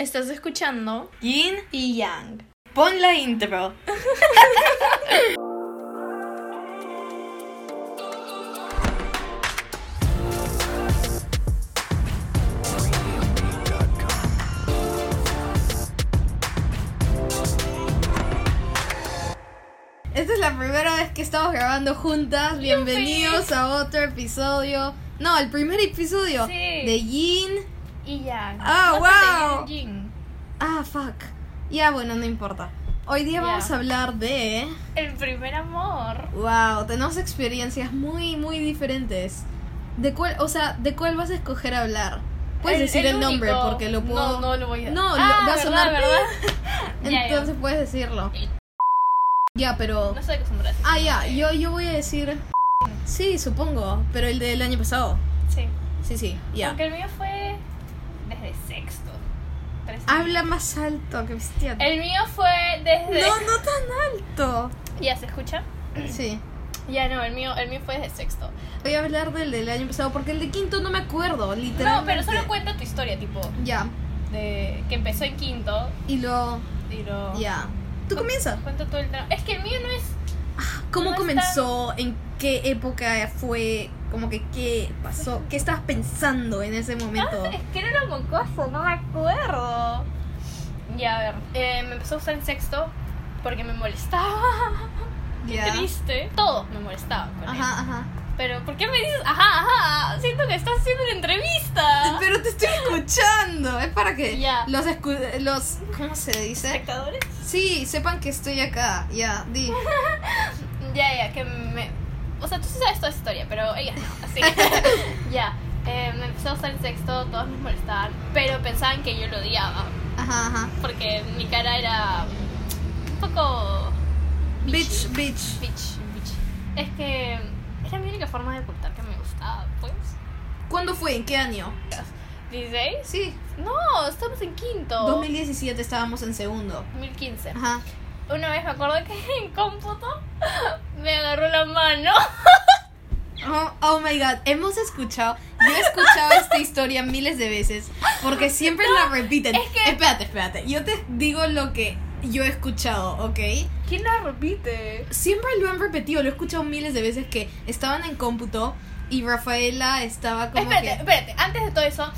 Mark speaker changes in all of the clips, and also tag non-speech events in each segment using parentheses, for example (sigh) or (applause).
Speaker 1: Estás escuchando
Speaker 2: Yin,
Speaker 1: y Yang.
Speaker 2: pon la intro.
Speaker 3: Esta es la primera vez que estamos grabando juntas. Bienvenidos a otro episodio. No, el primer episodio
Speaker 1: Sí.
Speaker 3: de Yin.
Speaker 1: Y Yang.
Speaker 3: Ah,
Speaker 1: Bastante
Speaker 3: wow.
Speaker 1: Yin, Yang.
Speaker 3: Ah, fuck. Ya, bueno, no importa. Hoy día
Speaker 1: Ya.
Speaker 3: vamos a hablar de.
Speaker 1: El primer amor.
Speaker 3: Wow, tenemos experiencias muy, muy diferentes. ¿De cuál, o sea, de cuál vas a escoger hablar? Puedes
Speaker 1: El-
Speaker 3: decir el,
Speaker 1: único.
Speaker 3: nombre porque lo puedo.
Speaker 1: No, no lo voy a
Speaker 3: No, lo-
Speaker 1: Ah,
Speaker 3: va a
Speaker 1: ¿verdad,
Speaker 3: sonar.
Speaker 1: ¿verdad? Ya, ya.
Speaker 3: Entonces puedes decirlo. Ya, pero.
Speaker 1: No estoy acostumbrada.
Speaker 3: Ah, ya, yo, yo voy a decir. Sí, supongo, pero el del año pasado.
Speaker 1: Sí.
Speaker 3: Sí, sí, ya.
Speaker 1: Aunque el mío fue desde sexto. Tres años.
Speaker 3: Habla más alto, que bestia.
Speaker 1: El mío fue desde.
Speaker 3: No, no tan alto.
Speaker 1: ¿Ya se escucha?
Speaker 3: Sí.
Speaker 1: Ya no, el mío, el mío fue desde sexto.
Speaker 3: Voy a hablar del del año pasado porque el de quinto no me acuerdo,
Speaker 1: No,
Speaker 3: literalmente.
Speaker 1: pero solo cuenta tu historia, tipo,
Speaker 3: Ya.
Speaker 1: de que empezó en quinto
Speaker 3: Y luego.
Speaker 1: y lo.
Speaker 3: Ya. ¿Tú comienza?
Speaker 1: Cuenta todo el drama. Es que el mío no es.
Speaker 3: ¿Cómo
Speaker 1: No
Speaker 3: comenzó? ¿En qué época fue? Como que qué pasó? ¿Qué estabas pensando en ese momento?
Speaker 1: Ah, es que era con cosas, no me acuerdo. Ya, a ver. eh, me empezó a gustar en sexto porque me molestaba. Qué
Speaker 3: Ya.
Speaker 1: triste. Todo me molestaba. Con él.
Speaker 3: Ajá, ajá.
Speaker 1: Pero, ¿por qué me dices, ajá, ajá? Siento que estás haciendo una entrevista.
Speaker 3: (laughs) Pero te estoy escuchando. Es para que
Speaker 1: Ah. Ya.
Speaker 3: los escu- los ¿cómo se dice?
Speaker 1: ¿Espectadores?
Speaker 3: Sí, sepan que estoy acá. Ya,
Speaker 1: (laughs)
Speaker 3: di.
Speaker 1: Ya, ya, que me. O sea, tú sí sabes toda esa historia, pero ella no,
Speaker 3: (laughs)
Speaker 1: así. (laughs) ya. eh, me empezó a gustar en sexto, todos me molestaban, pero pensaban que yo lo odiaba.
Speaker 3: Ajá, ajá.
Speaker 1: Porque mi cara era un poco
Speaker 3: Bitch, bitch.
Speaker 1: bitch, bitch. Es que era mi única forma de ocultar que me gustaba, pues.
Speaker 3: ¿Cuándo fue? ¿En qué año?
Speaker 1: ¿16?
Speaker 3: Sí,
Speaker 1: No, estamos en quinto.
Speaker 3: 2017 estábamos en segundo.
Speaker 1: 2015.
Speaker 3: Ajá.
Speaker 1: Una vez me acuerdo que (laughs) en cómputo me agarró la mano.
Speaker 3: Oh, oh my god, hemos escuchado, yo he escuchado
Speaker 1: (laughs)
Speaker 3: esta historia miles de veces porque siempre la repiten.
Speaker 1: es que-
Speaker 3: Espérate, espérate, yo te digo lo que yo he escuchado, ¿ok?
Speaker 1: ¿Quién la repite?
Speaker 3: Siempre lo han repetido, lo he escuchado miles de veces que estaban en cómputo y Rafaela estaba como
Speaker 1: espérate,
Speaker 3: que...
Speaker 1: espérate. Antes de todo eso,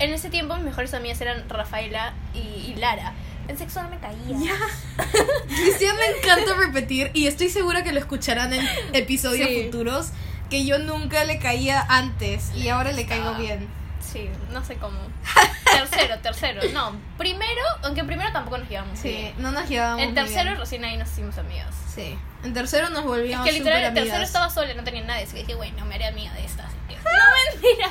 Speaker 1: en ese tiempo mis mejores amigas eran Rafaela y, y Lara. En sexo no me caía.
Speaker 3: Ya. Cristian me encanta repetir y estoy segura que lo escucharán en episodios
Speaker 1: Sí.
Speaker 3: futuros que yo nunca le caía antes y ahora le caigo
Speaker 1: Ah.
Speaker 3: bien.
Speaker 1: Sí, no sé cómo. tercero, tercero. No, primero, aunque primero tampoco nos llevamos.
Speaker 3: Sí,
Speaker 1: bien.
Speaker 3: no nos llevábamos
Speaker 1: En
Speaker 3: muy
Speaker 1: tercero
Speaker 3: bien.
Speaker 1: recién ahí nos hicimos amigas.
Speaker 3: Sí. En tercero nos
Speaker 1: Es
Speaker 3: volvíamos
Speaker 1: que literal,
Speaker 3: súper
Speaker 1: el tercero
Speaker 3: amigas.
Speaker 1: estaba sola, no tenía nadie. Así que dije, bueno, me haré amiga de estas. (laughs) No, mentira.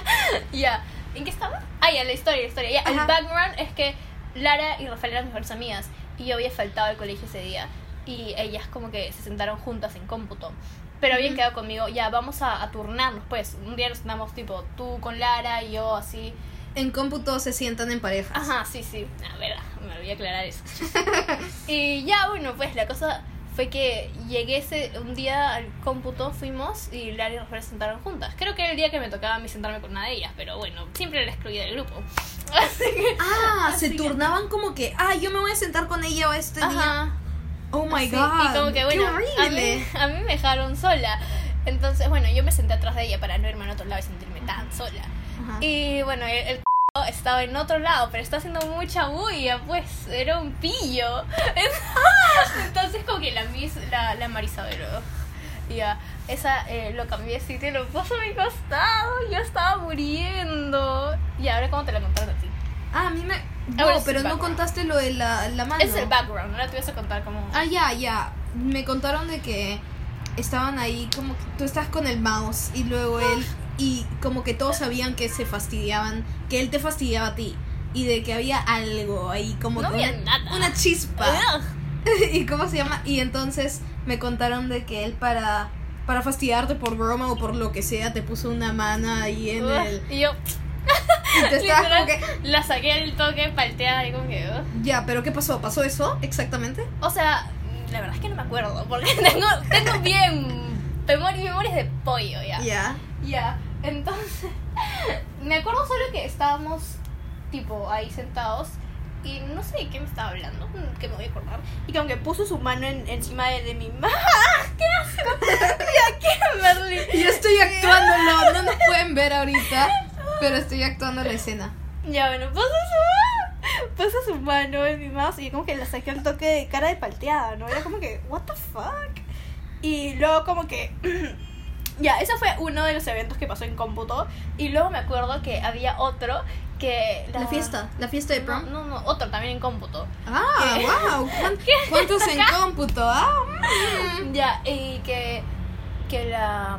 Speaker 1: Ya. ¿En qué estaba? Ah, ya, la historia, la historia. Ya, el
Speaker 3: Ajá.
Speaker 1: background es que Lara y Rafael eran mejores amigas. Y yo había faltado al colegio ese día. Y ellas, como que se sentaron juntas en cómputo. Pero habían
Speaker 3: Ujú.
Speaker 1: quedado conmigo, ya, vamos a, a turnarnos. Pues un día nos sentamos, tipo, tú con Lara y yo, así.
Speaker 3: En cómputo se sientan en parejas.
Speaker 1: Ajá, sí, sí. A ver, me voy a aclarar eso. (laughs) y ya, bueno, pues la cosa fue que llegué ese, un día al cómputo, fuimos y Lara y Rafael se sentaron juntas. Creo que era el día que me tocaba a mí sentarme con una de ellas, pero bueno, siempre la excluí del grupo. (laughs) Así que.
Speaker 3: Ah,
Speaker 1: Así
Speaker 3: se
Speaker 1: que-
Speaker 3: turnaban como que, ah, yo me voy a sentar con ella o este día.
Speaker 1: Ajá.
Speaker 3: Oh my
Speaker 1: así,
Speaker 3: god.
Speaker 1: Y como que,
Speaker 3: qué
Speaker 1: bueno, a mí,
Speaker 3: horrible.
Speaker 1: a mí me dejaron sola. Entonces, bueno, yo me senté atrás de ella para no irme a otro lado y sentirme tan sola.
Speaker 3: Ajá.
Speaker 1: Y bueno, el, el c- estaba en otro lado, pero está haciendo mucha bulla, pues era un pillo. (laughs) Entonces, como que la Miss, la, la Marisabel, ¿no? ya, esa eh, lo cambié de sitio y lo puso a mi costado. Yo estaba muriendo. Y ahora, ¿cómo te la contaron a ti?
Speaker 3: Ah, a mí me.
Speaker 1: Ah,
Speaker 3: No,
Speaker 1: bueno, es
Speaker 3: pero
Speaker 1: el
Speaker 3: no
Speaker 1: background.
Speaker 3: contaste lo de la, la mano.
Speaker 1: Es el background, ahora te vas a contar cómo.
Speaker 3: Ah, ya, ya. Me contaron de que estaban ahí como que tú estás con el mouse y luego él y como que todos sabían que se fastidiaban, que él te fastidiaba a ti y de que había algo ahí como
Speaker 1: No
Speaker 3: que
Speaker 1: había
Speaker 3: una,
Speaker 1: nada.
Speaker 3: una chispa.
Speaker 1: Ugh.
Speaker 3: (laughs) ¿Y cómo se llama? Y entonces me contaron de que él para para fastidiarte por broma o por lo que sea te puso una mano ahí en
Speaker 1: Ugh.
Speaker 3: el
Speaker 1: Y yo
Speaker 3: y te estabas como
Speaker 1: literal,
Speaker 3: que
Speaker 1: la saqué al toque, palteada y como que. ugh.
Speaker 3: ya, pero ¿qué pasó? ¿Pasó eso exactamente?
Speaker 1: O sea, la verdad es que no me acuerdo, porque (laughs) tengo, tengo bien memor- memorias de pollo ya.
Speaker 3: Ya.
Speaker 1: Ya, (laughs) entonces, me acuerdo solo que estábamos tipo ahí sentados y sé de qué me estaba hablando, que me voy a acordar. Y que aunque puso su mano en- encima de, de mi (laughs) mamá, ¡qué asco! (laughs) Mira, ¿qué, Merly?
Speaker 3: Yo estoy actuando,
Speaker 1: (laughs)
Speaker 3: no, no nos pueden ver ahorita, pero estoy actuando la escena.
Speaker 1: Ya, bueno, puso su mano, puso su mano en mi mouse y yo como que la saqué al toque de cara de palteada, ¿no? Era como que, ¿what the fuck? Y luego como que... (clears throat) ya, ese fue uno de los eventos que pasó en cómputo. Y luego me acuerdo que había otro que...
Speaker 3: La fiesta, la fiesta de prom.
Speaker 1: No, no, no, otro también en cómputo.
Speaker 3: Ah,
Speaker 1: ¿Qué? (laughs)
Speaker 3: wow, ¿cuántos en cómputo? Ah, mm.
Speaker 1: Ya, y que, que la.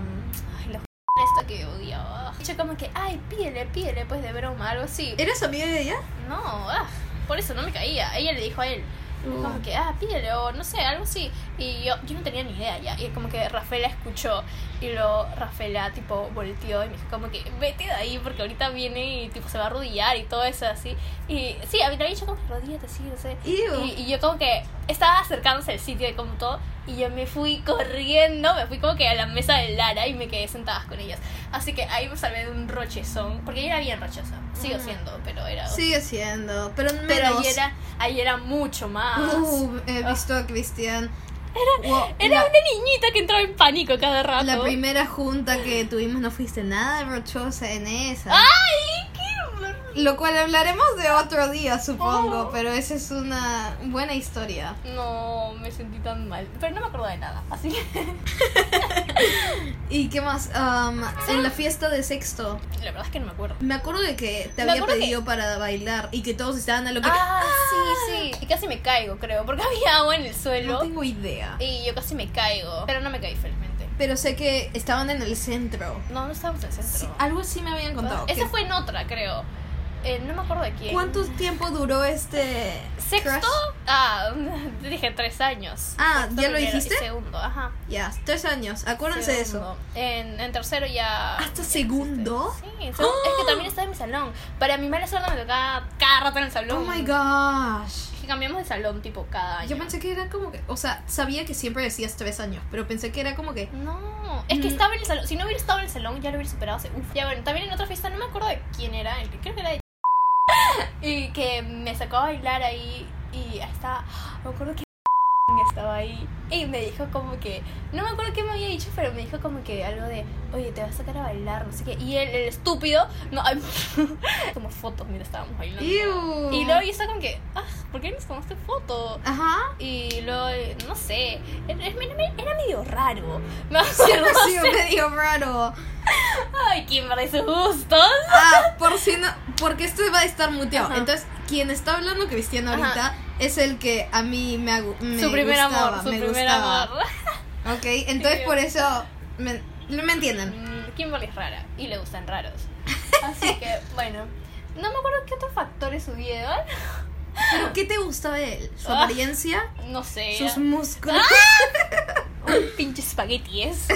Speaker 1: Ay, la (laughs) esta que odiaba. Yo como que, ay, pídele, pídele, pues de broma, algo así.
Speaker 3: ¿Eres amiga de ella?
Speaker 1: No, ah, por eso no me caía. Ella le dijo a él.
Speaker 3: Uh.
Speaker 1: Como que, ah, pídele, o no sé, algo así. Y yo, yo no tenía ni idea ya. Y como que Rafaela escuchó. Y luego Rafaela, tipo, volteó y me dijo, como que, vete de ahí, porque ahorita viene y, tipo, se va a arrodillar y todo eso así. Y sí, a mí también yo como que, arrodíllate, sí, no sé.
Speaker 3: Ew.
Speaker 1: Y, y yo como que estaba acercándose al sitio de como todo y yo me fui corriendo, me fui como que a la mesa de Lara y me quedé sentada con ellas. Así que ahí me salvé de un rochezón, porque ella era bien rochosa, sigo
Speaker 3: Mm.
Speaker 1: siendo, pero era...
Speaker 3: Sigue siendo, pero menos.
Speaker 1: pero ahí era, ahí era mucho más.
Speaker 3: Uh, he visto a Cristian. Wow,
Speaker 1: era
Speaker 3: la-
Speaker 1: una niñita que entraba en pánico cada rato.
Speaker 3: La primera junta que tuvimos no fuiste nada rochosa en esa.
Speaker 1: Ah. ¡Ay, qué horror!
Speaker 3: Lo cual hablaremos de otro día, supongo,
Speaker 1: Oh.
Speaker 3: pero esa es una buena historia.
Speaker 1: No, me sentí tan mal, pero no me acuerdo de nada, así que (laughs)
Speaker 3: ¿Y qué más? Am, en la fiesta de sexto,
Speaker 1: la verdad es que no me acuerdo.
Speaker 3: me acuerdo de que te
Speaker 1: Me
Speaker 3: había
Speaker 1: acuerdo
Speaker 3: pedido para bailar y que todos estaban a lo que...
Speaker 1: Ah, sí, sí. Y casi me caigo, creo, porque (laughs) había agua en el suelo.
Speaker 3: no tengo idea.
Speaker 1: Y yo casi me caigo. Pero no me caí, felizmente.
Speaker 3: Pero sé que estaban en el centro.
Speaker 1: No, no estábamos en el
Speaker 3: Sí,
Speaker 1: centro.
Speaker 3: algo sí me habían contado.
Speaker 1: Esa
Speaker 3: que-
Speaker 1: fue en otra, creo. Eh, no me acuerdo de quién.
Speaker 3: ¿Cuánto tiempo duró este...
Speaker 1: ¿Sexto?
Speaker 3: crush?
Speaker 1: Ah, (laughs) te dije tres años.
Speaker 3: Ah,
Speaker 1: Sexto,
Speaker 3: ¿ya lo
Speaker 1: primero y
Speaker 3: dijiste?
Speaker 1: Segundo, ajá.
Speaker 3: Ya, tres años. Acuérdense de eso.
Speaker 1: Segundo. En, en tercero ya.
Speaker 3: ¿Hasta segundo?
Speaker 1: Sí, en segundo.
Speaker 3: ¡Ah!
Speaker 1: es que también estaba en mi salón. Para mi mala suerte me tocaba cada rato en el salón.
Speaker 3: Oh my gosh.
Speaker 1: Es que cambiamos de salón tipo cada año.
Speaker 3: Yo pensé que era como que, o sea, sabía que siempre decías tres años, pero pensé que era como que,
Speaker 1: No, es que
Speaker 3: Mm.
Speaker 1: estaba en el salón. Si no hubiera estado en el salón, ya lo hubiera superado hace uf. Ya bueno, también en otra fiesta, no me acuerdo de quién era, el que- creo que era de. (laughs) Y que me sacó a bailar ahí y ahí estaba. Me acuerdo que (laughs) estaba ahí y me dijo como que. No me acuerdo qué me había dicho, pero me dijo como que algo de. Oye, te vas a sacar a bailar, no sé qué. Y él, el estúpido. No, ay, (laughs) como fotos mientras estábamos bailando.
Speaker 3: ew.
Speaker 1: Y luego yo estaba como que. Ah, ¿por qué nos tomaste foto? (laughs)
Speaker 3: Ajá.
Speaker 1: Y luego, eh, no sé, era, era- era medio raro. (laughs) Me acuerdo,
Speaker 3: Ha sido
Speaker 1: así,
Speaker 3: medio raro.
Speaker 1: Ay, Kimberly, sus gustos.
Speaker 3: Ah, por si no, porque esto va a estar muteado.
Speaker 1: Ajá.
Speaker 3: Entonces, quien está hablando Cristian
Speaker 1: Ajá.
Speaker 3: ahorita es el que a mí me, agu- me
Speaker 1: su primer
Speaker 3: gustaba,
Speaker 1: amor, su
Speaker 3: me
Speaker 1: primer
Speaker 3: gustaba.
Speaker 1: amor.
Speaker 3: Ok, entonces por eso me, me entienden.
Speaker 1: Mm, Kimberly es rara y le gustan (laughs) raros. Así que, bueno, no me acuerdo qué otros factores subieron.
Speaker 3: ¿Pero qué te gustaba de él? ¿Su
Speaker 1: Ah.
Speaker 3: apariencia?
Speaker 1: No sé,
Speaker 3: ¿Sus músculos?
Speaker 1: un pinche espagueti (laughs) es.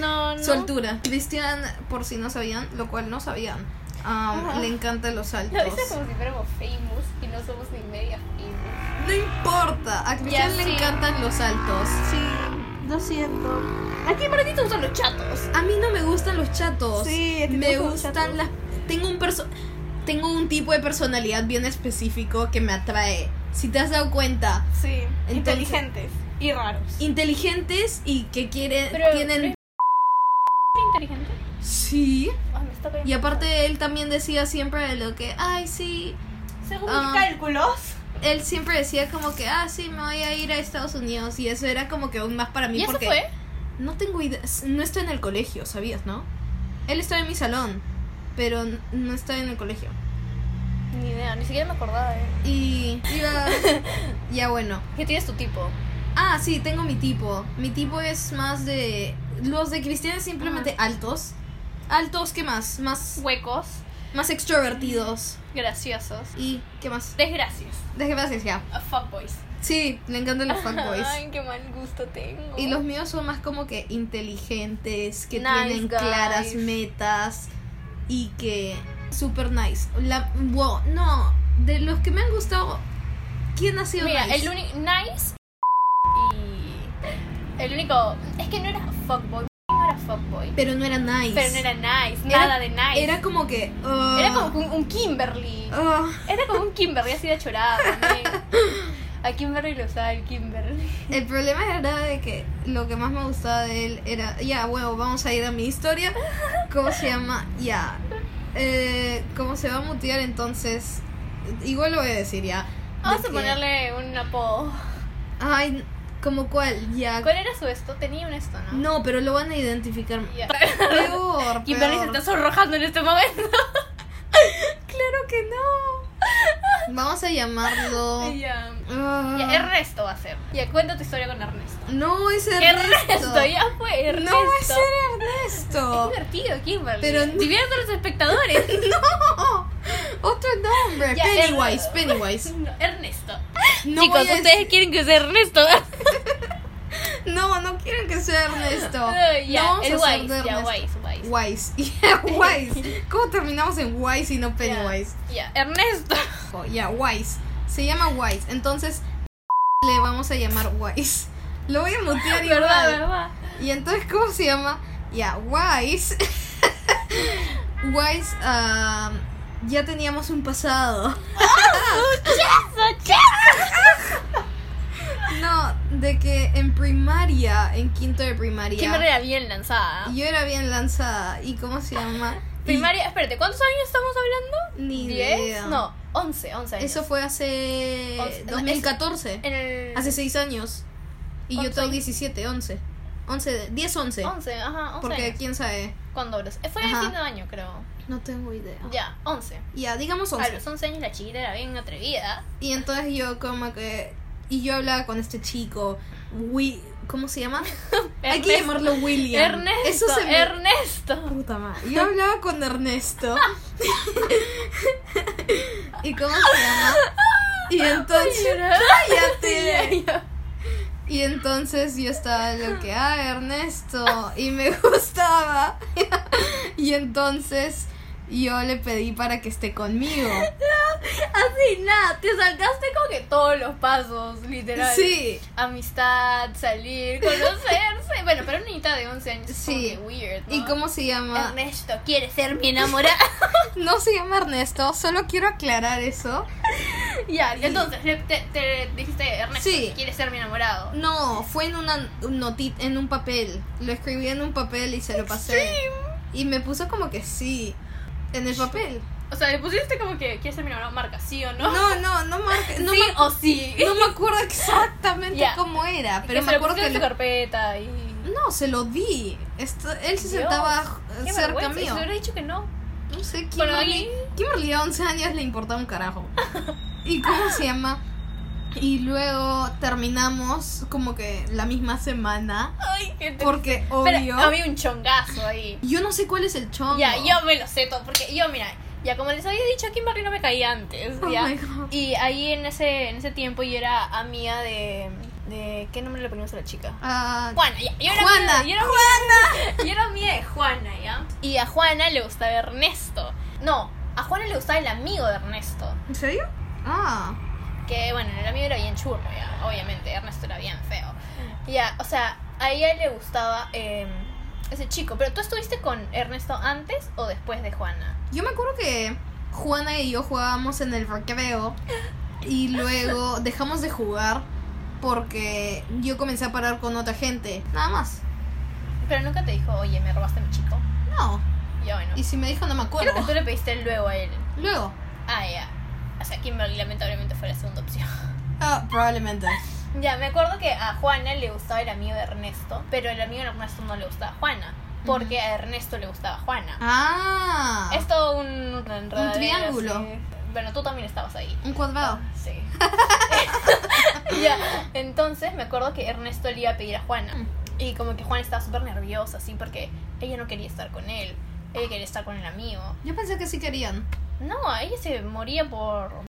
Speaker 1: No, no.
Speaker 3: Su altura. Cristian, por si no sabían, lo cual no sabían, um,
Speaker 1: Ajá.
Speaker 3: le encantan los
Speaker 1: Lo
Speaker 3: altos.
Speaker 1: hice como si fuéramos famous y no somos ni media famous.
Speaker 3: No importa, a Cristian
Speaker 1: Ya,
Speaker 3: le
Speaker 1: sí.
Speaker 3: encantan los altos.
Speaker 1: Sí, lo siento. ¿A Kimberly te gustan los chatos?
Speaker 3: A mí no me gustan los chatos.
Speaker 1: Sí, a ti te
Speaker 3: me
Speaker 1: gustan los
Speaker 3: gustan
Speaker 1: chatos.
Speaker 3: las tengo un perso tengo un tipo de personalidad bien específico que me atrae. Si te has dado cuenta,
Speaker 1: Sí,
Speaker 3: Entonces-
Speaker 1: inteligentes y raros.
Speaker 3: inteligentes y que quieren
Speaker 1: Pero-
Speaker 3: tienen
Speaker 1: ¿Es inteligente?
Speaker 3: sí.
Speaker 1: Ay, me está pegando.
Speaker 3: Y aparte él también decía siempre de lo que, ay, sí,
Speaker 1: según
Speaker 3: ah.
Speaker 1: mis cálculos.
Speaker 3: él siempre decía como que, ah, sí, me voy a ir a Estados Unidos y eso era como que aún más para mí
Speaker 1: ¿Y eso
Speaker 3: porque
Speaker 1: fue?
Speaker 3: No tengo idea. No está en el colegio, ¿sabías, no? Él está en mi salón, pero n- no está en el colegio.
Speaker 1: Ni idea, ni siquiera me acordaba de él.
Speaker 3: Y. Ya,
Speaker 1: (laughs)
Speaker 3: ya bueno.
Speaker 1: ¿Qué tienes tu tipo?
Speaker 3: Ah, sí, tengo mi tipo. Mi tipo es más de. Los de Cristian simplemente
Speaker 1: Ah.
Speaker 3: altos. Altos, ¿qué más? Más,
Speaker 1: Huecos,
Speaker 3: más extrovertidos.
Speaker 1: graciosos,
Speaker 3: ¿Y qué más?
Speaker 1: desgracias,
Speaker 3: Déjeme que ya.
Speaker 1: a fuckboys.
Speaker 3: Sí, le encantan los
Speaker 1: (laughs)
Speaker 3: fuckboys.
Speaker 1: Ay, qué mal gusto tengo.
Speaker 3: Y los míos son más como que inteligentes, que
Speaker 1: Nice
Speaker 3: tienen
Speaker 1: guys.
Speaker 3: claras metas y que super nice. La, wow, no, de los que me han gustado, ¿quién ha sido
Speaker 1: Mira,
Speaker 3: nice?
Speaker 1: el único. Nice. Y. El único. Es que no era fuckboy. No era fuckboy.
Speaker 3: Pero no era nice.
Speaker 1: Pero no era nice, nada de nice.
Speaker 3: Era como que. ah,
Speaker 1: Era como un, un Kimberly.
Speaker 3: ah,
Speaker 1: Era como un Kimberly así de chorada también.
Speaker 3: (laughs)
Speaker 1: A Kimberly lo usaba el Kimberly.
Speaker 3: El problema era de que lo que más me gustaba de él era. Ya, bueno, vamos a ir a mi
Speaker 1: (laughs)
Speaker 3: historia. ¿Cómo se llama? Ya. Eh, ¿Cómo se va a mutear entonces? Igual lo voy a decir ya.
Speaker 1: Vamos
Speaker 3: de
Speaker 1: a
Speaker 3: que-
Speaker 1: ponerle un apodo.
Speaker 3: Ay, ¿como cuál? Ya.
Speaker 1: ¿Cuál era su esto? Tenía un esto, ¿no?
Speaker 3: No, pero lo van
Speaker 1: (laughs)
Speaker 3: a identificar.
Speaker 1: Ya.
Speaker 3: Peor,
Speaker 1: Kimberly se
Speaker 3: peor.
Speaker 1: está sonrojando en este momento.
Speaker 3: (laughs) Claro que no. Vamos a llamarlo.
Speaker 1: (laughs) Ya.
Speaker 3: Ah.
Speaker 1: Ya, Ernesto va a ser. Ya, cuenta tu historia con Ernesto.
Speaker 3: No es Ernesto.
Speaker 1: Ernesto, ya fue Ernesto.
Speaker 3: No es
Speaker 1: (laughs)
Speaker 3: Ernesto.
Speaker 1: Es divertido, Kimberly.
Speaker 3: Pero no-
Speaker 1: Divierte a los
Speaker 3: (laughs)
Speaker 1: espectadores.
Speaker 3: No. Otro nombre.
Speaker 1: Ya,
Speaker 3: Pennywise.
Speaker 1: Ernesto.
Speaker 3: Pennywise.
Speaker 1: No, Ernesto.
Speaker 3: No
Speaker 1: Chicos,
Speaker 3: voy a-
Speaker 1: ustedes quieren que sea Ernesto. (laughs)
Speaker 3: No, no quieren que sea Ernesto.
Speaker 1: (laughs) ya,
Speaker 3: no vamos
Speaker 1: el
Speaker 3: a hacer de
Speaker 1: Wise. Ya,
Speaker 3: Ernesto.
Speaker 1: Wise, Wise.
Speaker 3: Wise. (laughs) Yeah, Wise. ¿Cómo terminamos en Wise y no Pennywise?
Speaker 1: Ya, ya,
Speaker 3: (laughs)
Speaker 1: Ernesto.
Speaker 3: Oh, ya, Wise. Se llama Wise. Entonces (laughs) le vamos a llamar Wise. Lo voy a
Speaker 1: (laughs)
Speaker 3: mutear igual.
Speaker 1: ¿Verdad,
Speaker 3: (laughs)
Speaker 1: verdad?
Speaker 3: Y entonces, ¿cómo se llama? Ya, Wise. (laughs) Wise, ah, ya teníamos un pasado.
Speaker 1: ¡Eso, chicos!
Speaker 3: No, de que en primaria, en quinto de primaria,
Speaker 1: Kimberly era bien lanzada.
Speaker 3: yo era bien lanzada. ¿Y cómo se llama? Y-
Speaker 1: Primaria, espérate, ¿cuántos años estamos hablando?
Speaker 3: Ni idea.
Speaker 1: ¿10? No, 11, 11 años.
Speaker 3: Eso fue hace
Speaker 1: Once- no,
Speaker 3: 2014.
Speaker 1: en el...
Speaker 3: Hace 6 años. Y yo
Speaker 1: Once
Speaker 3: tengo
Speaker 1: años.
Speaker 3: 17, 11. 11, de- 10, 11.
Speaker 1: 11, ajá, 11
Speaker 3: porque
Speaker 1: años.
Speaker 3: quién sabe.
Speaker 1: ¿Cuándo abres? Fue el
Speaker 3: Ajá.
Speaker 1: fin de año, creo.
Speaker 3: No tengo idea. Ya,
Speaker 1: Ya, 11.
Speaker 3: digamos
Speaker 1: A
Speaker 3: 11.
Speaker 1: los 11 años la chiquita era bien atrevida.
Speaker 3: Y entonces yo como que... Y yo hablaba con este chico, Wi- ¿cómo se llama? Hay que
Speaker 1: Ernesto.
Speaker 3: llamarlo William.
Speaker 1: Ernesto,
Speaker 3: Eso se me-
Speaker 1: Ernesto.
Speaker 3: Puta madre. Yo hablaba
Speaker 1: (laughs)
Speaker 3: con Ernesto. (laughs) ¿Y cómo se llama? Y entonces... (laughs) ¡Cállate! Y entonces yo estaba lo que, ah, Ernesto, y me (laughs) gustaba. Y entonces yo le pedí para que esté conmigo.
Speaker 1: Así nada, te saltaste como que todos los pasos, literal.
Speaker 3: Sí,
Speaker 1: Amistad, salir,
Speaker 3: (laughs)
Speaker 1: conocerse. bueno, para una niñita de 11 años es
Speaker 3: Sí.
Speaker 1: como que weird, ¿no?
Speaker 3: ¿y cómo se llama?
Speaker 1: Ernesto quiere ser
Speaker 3: (laughs)
Speaker 1: mi enamorada.
Speaker 3: No se llama Ernesto, solo quiero aclarar eso.
Speaker 1: ya, entonces le- te, te dijiste Ernesto
Speaker 3: Sí.
Speaker 1: quiere ser mi enamorado.
Speaker 3: No, fue en una notita, en un papel. Lo escribí en un papel y se lo pasé. Y me puso como que sí, en el papel.
Speaker 1: O sea, le pusiste como que quiere ser mi enamorado, marca sí o no.
Speaker 3: No, no, no, marca- no
Speaker 1: sí
Speaker 3: me-
Speaker 1: o sí.
Speaker 3: no me acuerdo exactamente
Speaker 1: Ya.
Speaker 3: cómo era,
Speaker 1: Que
Speaker 3: pero
Speaker 1: se
Speaker 3: me
Speaker 1: lo
Speaker 3: acuerdo
Speaker 1: pusiste
Speaker 3: que Mm,
Speaker 1: en
Speaker 3: lo
Speaker 1: su carpeta y
Speaker 3: No, se lo di. Esto- él se
Speaker 1: Dios,
Speaker 3: sentaba eh,
Speaker 1: Qué
Speaker 3: cerca
Speaker 1: vergüenza,
Speaker 3: mío.
Speaker 1: Se hubiera dicho que no.
Speaker 3: No sé,
Speaker 1: Bueno,
Speaker 3: Kimberly,
Speaker 1: ahí-
Speaker 3: Kimberly a 11 años le importaba un carajo.
Speaker 1: (laughs)
Speaker 3: ¿Y cómo se llama? Y luego terminamos como que la misma semana.
Speaker 1: Ay, qué triste.
Speaker 3: Porque
Speaker 1: Pero
Speaker 3: obvio.
Speaker 1: había un chongazo ahí.
Speaker 3: Yo no sé cuál es el chongo.
Speaker 1: Ya, yo me lo sé todo. Porque yo, mira, ya como les había dicho, Kimberly no me caía antes.
Speaker 3: Oh
Speaker 1: ya.
Speaker 3: my God.
Speaker 1: y ahí en ese, en ese tiempo yo era amiga de, de. ¿Qué nombre le poníamos a la chica?
Speaker 3: Ah,
Speaker 1: Juana, ya. Yo era
Speaker 3: Juana,
Speaker 1: amiga- yo era amiga- yo era amiga de Juana, ¿ya? Y a Juana le gustaba Ernesto. No, a Juana le gustaba el amigo de Ernesto.
Speaker 3: ¿En serio? Ah.
Speaker 1: Que bueno, el amigo era bien churro, ya, obviamente, Ernesto era bien feo.
Speaker 3: Mm.
Speaker 1: Ya, o sea, a ella le gustaba eh, ese chico, pero tú estuviste con Ernesto antes o después de Juana.
Speaker 3: Yo me acuerdo que Juana y yo jugábamos en el recreo.
Speaker 1: (laughs)
Speaker 3: Y luego dejamos de jugar porque yo comencé a parar con otra gente. Nada más.
Speaker 1: Pero nunca te dijo, oye, me robaste a mi chico.
Speaker 3: No.
Speaker 1: Ya bueno.
Speaker 3: Y si me dijo no me acuerdo.
Speaker 1: Creo que tú le pediste luego a él.
Speaker 3: Luego.
Speaker 1: Ah, ya. O sea, Kimberly lamentablemente fue la segunda opción. (laughs)
Speaker 3: Ah, probablemente.
Speaker 1: Ya, me acuerdo que a Juana le gustaba el amigo de Ernesto, pero el amigo de Ernesto no le gustaba a Juana, porque a Ernesto le gustaba Juana.
Speaker 3: Ah.
Speaker 1: Es todo un, enredadero,
Speaker 3: Un triángulo.
Speaker 1: sí. Bueno, tú también estabas ahí.
Speaker 3: Un cuadrado.
Speaker 1: Sí. (laughs) ya, entonces me acuerdo que Ernesto le iba a pedir a Juana.
Speaker 3: Mm.
Speaker 1: Y como que Juana estaba súper nerviosa, así, porque ella no quería estar con él. Ella quería estar con el amigo.
Speaker 3: Yo pensé que sí querían.
Speaker 1: No, ella se moría por.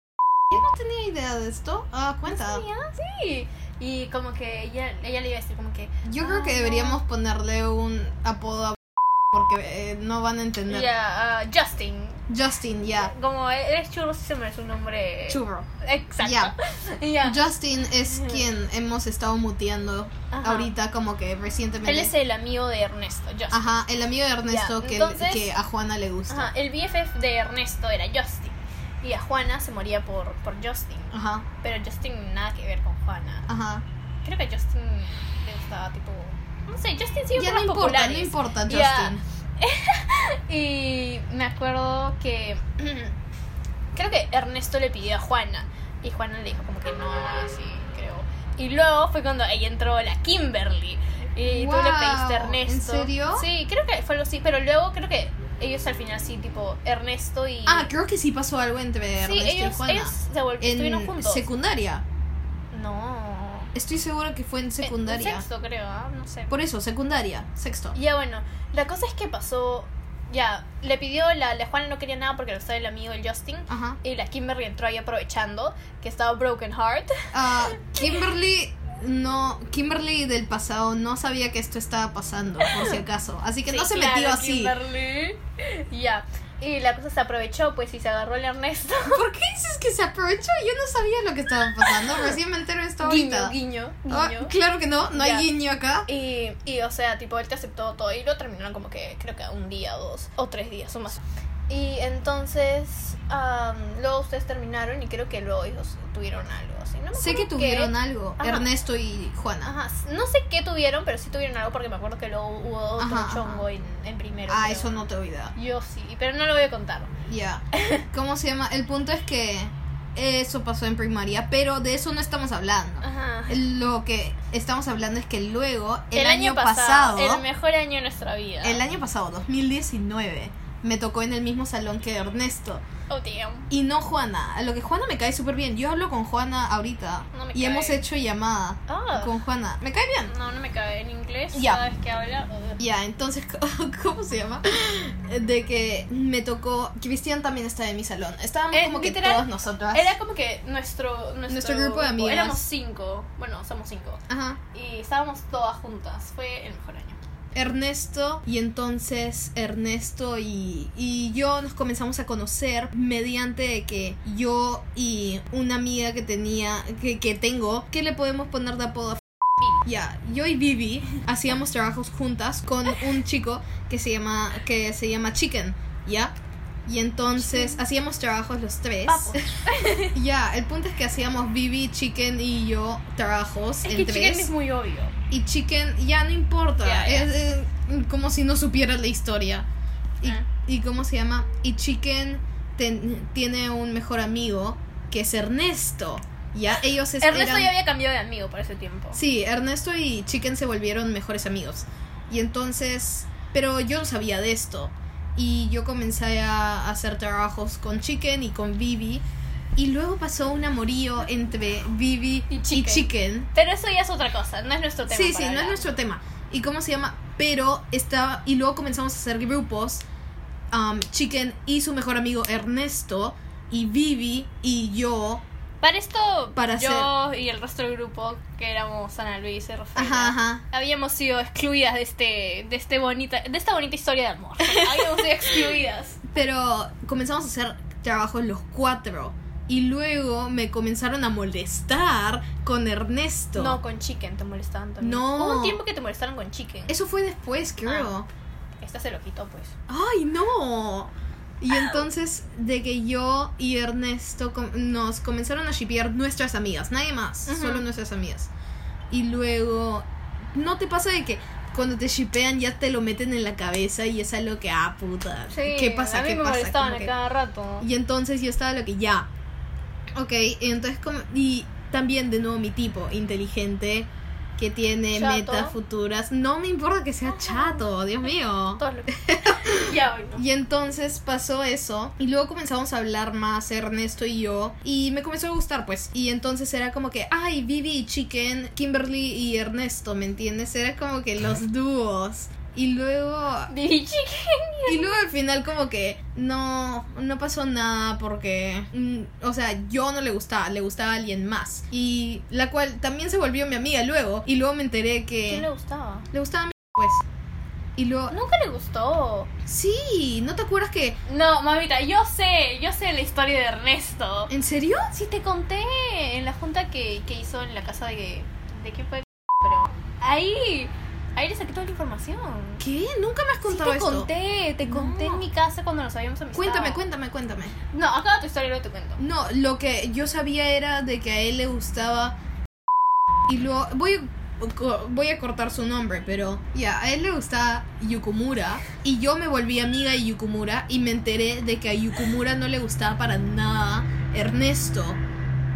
Speaker 3: Yo no tenía idea de esto. Ah,
Speaker 1: ¿No
Speaker 3: cuenta.
Speaker 1: sabía? Sí. Y como que ella, ella le iba a decir, como que.
Speaker 3: Yo creo
Speaker 1: Ah,
Speaker 3: que
Speaker 1: no.
Speaker 3: deberíamos ponerle un apodo a (laughs) porque porque eh, no van a entender.
Speaker 1: Ya, ah, Justin.
Speaker 3: Justin, ya.
Speaker 1: Como eres churro, sí se me hace un nombre.
Speaker 3: Churro.
Speaker 1: Exacto.
Speaker 3: Ya.
Speaker 1: (laughs) Ya.
Speaker 3: Justin es
Speaker 1: Ujú.
Speaker 3: quien hemos estado muteando
Speaker 1: Ajá.
Speaker 3: ahorita, como que recientemente.
Speaker 1: Él es el amigo de Ernesto, Justin.
Speaker 3: Ajá, el amigo de Ernesto
Speaker 1: Ya,
Speaker 3: que,
Speaker 1: entonces-
Speaker 3: que a Juana le gusta.
Speaker 1: Ajá, el BFF de Ernesto era Justin. Y a Juana se moría por, por Justin.
Speaker 3: Ajá,
Speaker 1: Pero Justin nada que ver con Juana.
Speaker 3: ajá.
Speaker 1: Creo que a Justin le gustaba tipo. No sé, Justin sigue
Speaker 3: Ya
Speaker 1: por
Speaker 3: no
Speaker 1: los
Speaker 3: importa,
Speaker 1: populares.
Speaker 3: no importa, Justin.
Speaker 1: Ya. Y me acuerdo que (clears throat) creo que Ernesto le pidió a Juana y Juana le dijo como que no, así creo. Y luego fue cuando ahí entró la Kimberly y tú le
Speaker 3: Wow,
Speaker 1: pediste a Ernesto.
Speaker 3: ¿en serio?
Speaker 1: Sí, creo que fue algo así, pero luego creo que ellos al final sí, tipo Ernesto y
Speaker 3: Ah, creo que sí pasó algo entre
Speaker 1: sí,
Speaker 3: Ernesto
Speaker 1: ellos,
Speaker 3: y Juana.
Speaker 1: ellos se volvieron estuvieron
Speaker 3: en
Speaker 1: juntos.
Speaker 3: secundaria.
Speaker 1: no.
Speaker 3: Estoy seguro que fue en
Speaker 1: En- en
Speaker 3: secundaria.
Speaker 1: sexto creo, ah, no sé.
Speaker 3: Por eso, secundaria, sexto.
Speaker 1: Ya bueno, la cosa es que pasó ya, le pidió la, la Juana no quería nada porque lo estaba el amigo el Justin.
Speaker 3: Ajá.
Speaker 1: Y la Kimberly entró ahí aprovechando que estaba Broken Heart.
Speaker 3: Ah, Kimberly no, Kimberly del pasado no sabía que esto estaba pasando, por si acaso. Así que
Speaker 1: (laughs)
Speaker 3: no
Speaker 1: Sí,
Speaker 3: se
Speaker 1: claro,
Speaker 3: metió así.
Speaker 1: Kimberly. (laughs) Ya. Y la cosa se aprovechó, pues, y se agarró el
Speaker 3: (laughs)
Speaker 1: Ernesto.
Speaker 3: ¿Por qué dices que se aprovechó? Yo no sabía lo que estaba pasando. Recién me entero esto
Speaker 1: Guiño,
Speaker 3: ahorita.
Speaker 1: guiño,
Speaker 3: Ah,
Speaker 1: guiño.
Speaker 3: claro que no, no
Speaker 1: Ya.
Speaker 3: hay guiño acá.
Speaker 1: Y, y, o sea, tipo, él te aceptó todo y lo terminaron como que, creo que un día, dos o tres días o más. Y entonces, am, luego ustedes terminaron y creo que luego ellos tuvieron algo así. No me
Speaker 3: Sé
Speaker 1: acuerdo
Speaker 3: que
Speaker 1: qué.
Speaker 3: tuvieron algo,
Speaker 1: Ajá.
Speaker 3: Ernesto y Juana.
Speaker 1: Ajá, no sé qué tuvieron, pero sí tuvieron algo porque me acuerdo que luego hubo otro
Speaker 3: Ajá, ajá.
Speaker 1: chongo en, en primero.
Speaker 3: Ah,
Speaker 1: creo.
Speaker 3: eso no te olvida.
Speaker 1: Yo sí, pero no lo voy a contar. (laughs)
Speaker 3: Ya. ¿Cómo se llama? El punto es que eso pasó en primaria, pero de eso no estamos hablando.
Speaker 1: Ajá.
Speaker 3: Lo que estamos hablando es que luego, el,
Speaker 1: El,
Speaker 3: año, pasado,
Speaker 1: el mejor año de nuestra vida.
Speaker 3: el año pasado, 2019, me tocó en el mismo salón que Ernesto.
Speaker 1: Oh, damn.
Speaker 3: Y no Juana. A lo que Juana me cae súper bien. Yo hablo con Juana ahorita.
Speaker 1: No me
Speaker 3: y
Speaker 1: cae.
Speaker 3: hemos hecho llamada
Speaker 1: Ah.
Speaker 3: con Juana. Me cae bien.
Speaker 1: No, no me cabe en inglés.
Speaker 3: Ya.
Speaker 1: Cada vez que habla. ugh.
Speaker 3: Ya, entonces, (laughs) ¿cómo se llama? De que me tocó. Cristian también estaba en mi salón. Estábamos
Speaker 1: Eh,
Speaker 3: como que
Speaker 1: literal,
Speaker 3: todos nosotras.
Speaker 1: Era como que nuestro, nuestro,
Speaker 3: Nuestro grupo de amigas.
Speaker 1: Éramos cinco. Bueno, somos cinco.
Speaker 3: Ajá.
Speaker 1: Y estábamos todas juntas. Fue el mejor año.
Speaker 3: Ernesto y entonces Ernesto y, y yo nos comenzamos a conocer mediante de que yo y una amiga que tenía, que, que tengo, que le podemos poner de apodo a F- ya, yo y Vivi hacíamos trabajos juntas con un chico que se llama, que se llama Chicken, ¿ya? Y entonces hacíamos trabajos los tres.
Speaker 1: Papo.
Speaker 3: Ya, el punto es que hacíamos Vivi, Chicken y yo trabajos
Speaker 1: Es
Speaker 3: en
Speaker 1: que
Speaker 3: tres.
Speaker 1: Chicken es muy obvio.
Speaker 3: Y Chicken ya no importa.
Speaker 1: Ya, ya.
Speaker 3: Es, eh, como si no supieras la historia. Y,
Speaker 1: Ah.
Speaker 3: y cómo se llama. Y Chicken ten- tiene un mejor amigo que es Ernesto. Ya ellos es-
Speaker 1: Ernesto
Speaker 3: eran-
Speaker 1: ya había cambiado de amigo para ese tiempo.
Speaker 3: Sí, Ernesto y Chicken se volvieron mejores amigos. Y entonces, pero yo no sabía de esto. Y yo comencé a hacer trabajos con Chicken y con Vivi. Y luego pasó un amorío entre Vivi
Speaker 1: Y
Speaker 3: y Chicken.
Speaker 1: Chicken. Pero eso ya es otra cosa. No es nuestro tema.
Speaker 3: Sí,
Speaker 1: para
Speaker 3: sí, no
Speaker 1: hablar.
Speaker 3: es nuestro tema. ¿Y cómo se llama? Pero estaba. Y luego comenzamos a hacer grupos. um, Chicken y su mejor amigo Ernesto. Y Vivi y yo.
Speaker 1: Para esto,
Speaker 3: Para
Speaker 1: yo y el resto del grupo, que éramos Ana Luis y Rafaela,
Speaker 3: Ajá, ajá.
Speaker 1: habíamos sido excluidas de este de este bonita de esta bonita historia de amor habíamos sido excluidas
Speaker 3: Pero comenzamos a hacer trabajos los cuatro. Y luego me comenzaron a molestar con Ernesto.
Speaker 1: (laughs) no con chicken te molestaban también
Speaker 3: No.
Speaker 1: hubo un tiempo que te molestaron con chicken
Speaker 3: Eso fue después, creo.
Speaker 1: Ah. esta se lo quitó pues
Speaker 3: ¡Ay, no! Y entonces, de que yo y Ernesto com- nos comenzaron a shipear nuestras amigas, nadie más,
Speaker 1: Ujú.
Speaker 3: solo nuestras amigas. Y luego, ¿no te pasa de que cuando te shipean ya te lo meten en la cabeza y es algo que, ah, puta, ¿qué pasa?
Speaker 1: a mí
Speaker 3: ¿Qué
Speaker 1: me
Speaker 3: pasa?
Speaker 1: molestaban
Speaker 3: Como
Speaker 1: a
Speaker 3: que-
Speaker 1: cada (laughs) rato
Speaker 3: Y entonces yo estaba lo que ya. Ok, y entonces, como- y también de nuevo mi tipo, inteligente, que tiene
Speaker 1: Chato.
Speaker 3: metas futuras. No me importa que sea chato, Dios mío.
Speaker 1: Todos lo- (laughs) ya bueno
Speaker 3: Y entonces pasó eso y luego comenzamos a hablar más Ernesto y yo y me comenzó a gustar pues y entonces era como que, ay, Vivi y Chicken, Kimberly y Ernesto, ¿me entiendes? Era como que los dúos. Y luego,
Speaker 1: Dije, chicken
Speaker 3: y luego al final como que no, no pasó nada porque, mm, o sea, yo no le gustaba, le gustaba a alguien más. Y
Speaker 1: (laughs)
Speaker 3: la cual también se volvió mi amiga luego y luego me enteré que
Speaker 1: ¿quién le gustaba?
Speaker 3: le gustaba a mí, pues. Y luego.
Speaker 1: Nunca le gustó.
Speaker 3: Sí, ¿no te acuerdas que.?
Speaker 1: No, mamita, yo sé, yo sé la historia de Ernesto.
Speaker 3: ¿En serio?
Speaker 1: Sí, te conté en la junta que, que hizo en la casa de. ¿De quién fue? Pero. Ahí. Ahí le saqué toda la información.
Speaker 3: ¿Qué? Nunca me has
Speaker 1: Sí,
Speaker 3: contado
Speaker 1: te
Speaker 3: esto.
Speaker 1: conté, te conté
Speaker 3: No.
Speaker 1: en mi casa cuando nos habíamos amistado.
Speaker 3: Cuéntame, cuéntame, cuéntame.
Speaker 1: No, acaba tu historia y luego te cuento.
Speaker 3: No, lo que yo sabía era de que a él le gustaba. Y luego. Voy, voy a cortar su nombre, pero. Ya, a él le gustaba Yukumura. Y yo me volví amiga de Yukumura. Y me enteré de que a Yukumura no le gustaba para nada Ernesto.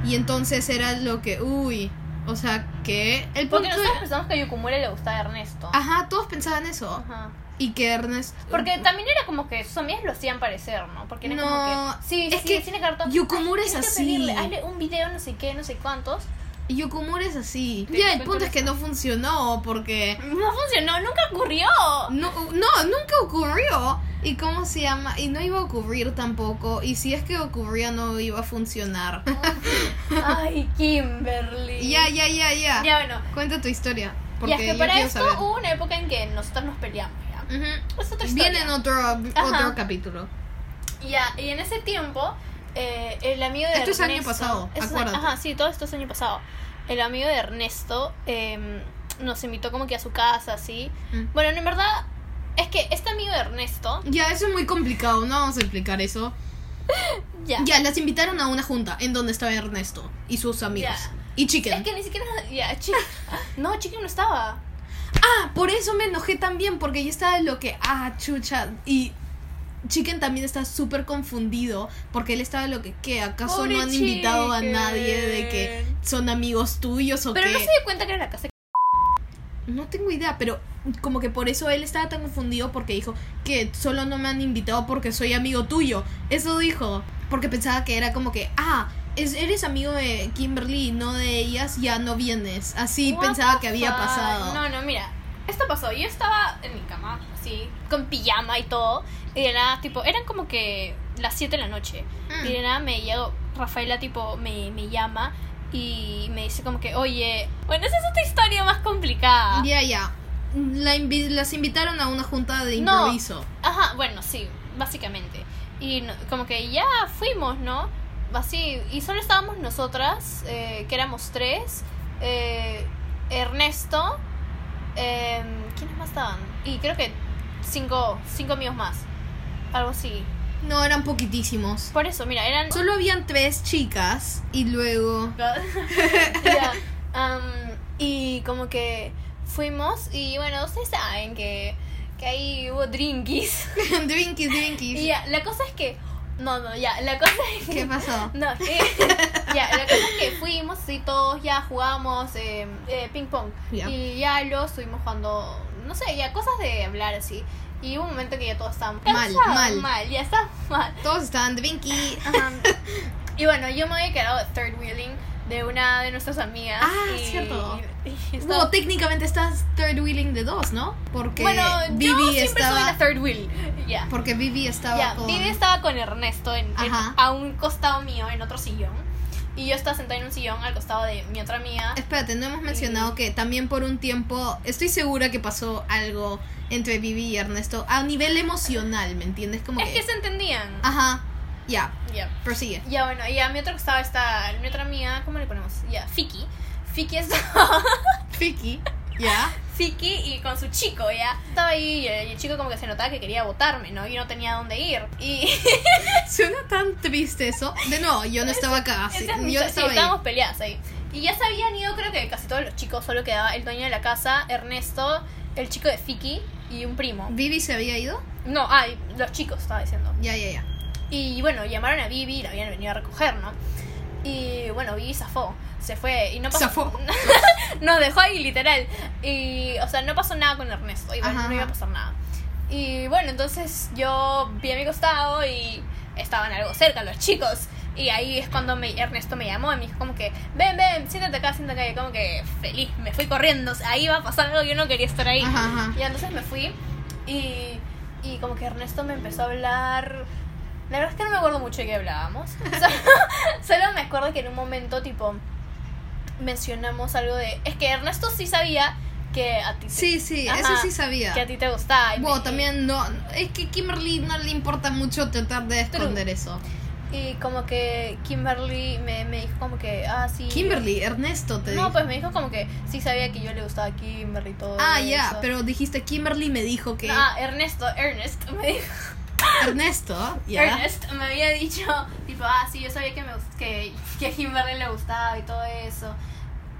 Speaker 3: Y entonces era lo que. Uy. O sea, que.
Speaker 1: Porque
Speaker 3: El punto. Ah.
Speaker 1: nosotros pensamos que a Yukumura le gustaba a Ernesto.
Speaker 3: Ajá, todos pensaban eso.
Speaker 1: Ajá.
Speaker 3: Y que Ernesto.
Speaker 1: Porque también era como que sus amigas lo hacían parecer, ¿no? Porque era como
Speaker 3: No,
Speaker 1: que. Sí,
Speaker 3: es
Speaker 1: sí,
Speaker 3: que
Speaker 1: tiene cartón.
Speaker 3: Yukumura
Speaker 1: Ay,
Speaker 3: es
Speaker 1: tienes que
Speaker 3: así.
Speaker 1: pedirle, hazle un video, no sé qué, no sé
Speaker 3: (laughs)
Speaker 1: cuántos.
Speaker 3: Yokumura es así.
Speaker 1: Te
Speaker 3: ya, el
Speaker 1: cuento
Speaker 3: punto es que no funcionó porque.
Speaker 1: No funcionó, nunca
Speaker 3: (laughs)
Speaker 1: ocurrió.
Speaker 3: No, no, nunca ocurrió. ¿Y cómo se llama? Y no iba a ocurrir tampoco. Y si es que ocurría, no iba a funcionar.
Speaker 1: Ay, Kimberly.
Speaker 3: ya, ya, ya, ya.
Speaker 1: Ya, bueno.
Speaker 3: Cuenta tu historia.
Speaker 1: Y
Speaker 3: Porque
Speaker 1: es que
Speaker 3: yo
Speaker 1: para
Speaker 3: quiero
Speaker 1: esto
Speaker 3: saber.
Speaker 1: hubo una época en que nosotros nos peleamos. ¿ya?
Speaker 3: Ujú.
Speaker 1: Es otra historia.
Speaker 3: Viene en otro,
Speaker 1: Ajá.
Speaker 3: otro capítulo.
Speaker 1: Y ya, y en ese tiempo, eh, el amigo de
Speaker 3: Esto es año
Speaker 1: Ernesto-
Speaker 3: pasado,
Speaker 1: Esto es-
Speaker 3: acuérdate.
Speaker 1: Ajá, sí, todo esto es año pasado. El amigo de Ernesto em, nos invitó como que a su casa, así.
Speaker 3: Mm.
Speaker 1: Bueno, en verdad, es que este amigo de Ernesto,
Speaker 3: Ya, eso es muy complicado. No vamos a explicar eso.
Speaker 1: ya.
Speaker 3: Ya, las invitaron a una junta en donde estaba Ernesto y sus amigos.
Speaker 1: Ya.
Speaker 3: Y Chicken.
Speaker 1: Es que ni siquiera. Ya, Chicken. (laughs) No, Chicken no estaba.
Speaker 3: Ah, por eso me enojé también, porque yo estaba de lo que, ah, chucha. Y Chicken también está súper confundido, porque él estaba de lo que, ¿qué? ¿Acaso
Speaker 1: Pobre
Speaker 3: no han invitado a nadie de que
Speaker 1: Chicken.
Speaker 3: son amigos tuyos o
Speaker 1: Pero
Speaker 3: qué?
Speaker 1: no se dio cuenta que era la casa.
Speaker 3: No tengo idea, pero como que por eso él estaba tan confundido, porque dijo que solo no me han invitado porque soy amigo tuyo. Eso dijo, porque pensaba que era como que, ah. es- eres amigo de Kimberly, no de ellas, ya no vienes. Así
Speaker 1: What
Speaker 3: pensaba
Speaker 1: the
Speaker 3: que había
Speaker 1: fuck?
Speaker 3: pasado.
Speaker 1: No, no, mira. Esto pasó. Yo estaba en mi cama, así, con pijama y todo. Y de nada, tipo, eran como que las 7 de la noche.
Speaker 3: Mm.
Speaker 1: Y de nada me llegó, Rafaela, tipo, me, me llama y me dice como que, oye, bueno, esa es otra historia más complicada.
Speaker 3: Ya, ya. La invi- las invitaron a una junta de
Speaker 1: No.
Speaker 3: improviso.
Speaker 1: Ajá, bueno, sí, básicamente. Y no- como que ya fuimos, ¿no? Así, y solo estábamos nosotras, eh, que éramos tres, eh, Ernesto, eh, ¿quiénes más estaban? Y creo que cinco, cinco amigos más, algo así.
Speaker 3: No, eran poquitísimos.
Speaker 1: Por eso, mira, eran...
Speaker 3: Solo habían tres chicas y luego...
Speaker 1: (laughs)
Speaker 3: (laughs)
Speaker 1: Ya, am, y como que fuimos y bueno, ustedes saben que, que ahí hubo drinkies.
Speaker 3: drinkies, drinkies.
Speaker 1: Y ya, la cosa es que... No, no, ya, la cosa es que...
Speaker 3: ¿Qué pasó? (laughs)
Speaker 1: No, eh, (laughs) ya, la cosa es que fuimos y todos ya jugamos eh, eh, ping pong.
Speaker 3: Ya.
Speaker 1: Y ya lo estuvimos jugando, no sé, ya cosas de hablar así. Y hubo un momento que ya todos estábamos
Speaker 3: Mal,
Speaker 1: cansados,
Speaker 3: mal.
Speaker 1: mal, ya estábamos mal.
Speaker 3: Todos estaban drinky.
Speaker 1: Ajá. (laughs) Y bueno, yo me había quedado third wheeling de una de nuestras amigas.
Speaker 3: Ah,
Speaker 1: y-
Speaker 3: cierto.
Speaker 1: y- y estaba-
Speaker 3: Bueno, técnicamente estás third wheeling de dos, ¿no? Porque
Speaker 1: bueno, yo
Speaker 3: Vivi
Speaker 1: siempre soy
Speaker 3: estaba...
Speaker 1: la third wheel. Ya.
Speaker 3: Porque Vivi estaba
Speaker 1: Ya,
Speaker 3: con...
Speaker 1: Vivi estaba con Ernesto en, en-
Speaker 3: Ajá.
Speaker 1: a un costado mío, en otro sillón. Y yo estaba sentada en un sillón al costado de mi otra amiga.
Speaker 3: Espérate, no hemos mencionado que también por un tiempo estoy segura que pasó algo entre Vivi y Ernesto a nivel emocional, ¿me entiendes? Como
Speaker 1: Es que se entendían.
Speaker 3: Ajá, ya,
Speaker 1: Ya.
Speaker 3: prosigue.
Speaker 1: Ya, bueno, y a mi otro costado está mi otra amiga, ¿cómo le ponemos? Ya, Fiki. Fiki es
Speaker 3: Fiki, ya.
Speaker 1: (laughs) Fiki y con su chico, ya. Estaba ahí y el, y el chico como que se notaba que quería votarme, ¿no? Y no tenía dónde ir. Y (laughs)
Speaker 3: Suena tan triste eso. De nuevo, yo no estaba acá. sí,
Speaker 1: Esa es mi
Speaker 3: yo
Speaker 1: so- sí,
Speaker 3: no estaba ahí.
Speaker 1: estábamos peleadas ahí. Y ya se habían ido, creo que casi todos los chicos, solo quedaba el dueño de la casa, Ernesto, el chico de Fiki y un primo.
Speaker 3: ¿Vivi se había ido?
Speaker 1: No, ah, y los chicos, estaba diciendo.
Speaker 3: Ya, ya, ya.
Speaker 1: Y bueno, llamaron a Vivi y la habían venido a recoger, ¿no? Y bueno, Vivi zafó. Se fue y no pasó.
Speaker 3: Zafó.
Speaker 1: (laughs) Nos dejó ahí, literal. Y, o sea, no pasó nada con Ernesto. Igual
Speaker 3: Ajá,
Speaker 1: no iba a
Speaker 3: ajá.
Speaker 1: pasar nada. Y bueno, entonces yo vi a mi costado y estaban algo cerca los chicos. Y ahí es cuando me- Ernesto me llamó y me dijo como que, ven, ven, siéntate acá, siéntate acá. Y como que feliz, me fui corriendo. O sea, ahí iba a pasar algo, yo no quería estar ahí.
Speaker 3: Ajá, ajá.
Speaker 1: Y entonces me fui y, y como que Ernesto me empezó a hablar... La verdad es que no me acuerdo mucho de qué hablábamos. (laughs) Solo, solo me acuerdo que en un momento tipo mencionamos algo de... Es que Ernesto sí sabía que a ti te-
Speaker 3: Sí, sí, eso
Speaker 1: Ajá,
Speaker 3: sí sabía.
Speaker 1: Que a ti te gustaba. y-
Speaker 3: Bueno, también no. Es que Kimberly no le importa mucho tratar de esconder eso.
Speaker 1: Y como que Kimberly me, me dijo como que, ah, sí.
Speaker 3: Kimberly, Ernesto te
Speaker 1: No,
Speaker 3: dijo.
Speaker 1: pues me dijo como que sí sabía que yo le gustaba a Kimberly y todo.
Speaker 3: ah, ya,
Speaker 1: eso.
Speaker 3: pero dijiste Kimberly me dijo que.
Speaker 1: Ah, Ernesto, Ernest me dijo.
Speaker 3: Ernesto, ya.
Speaker 1: Ernest me había dicho, tipo, ah, sí, yo sabía que, me, gust- que, que a Kimberly le gustaba y todo eso.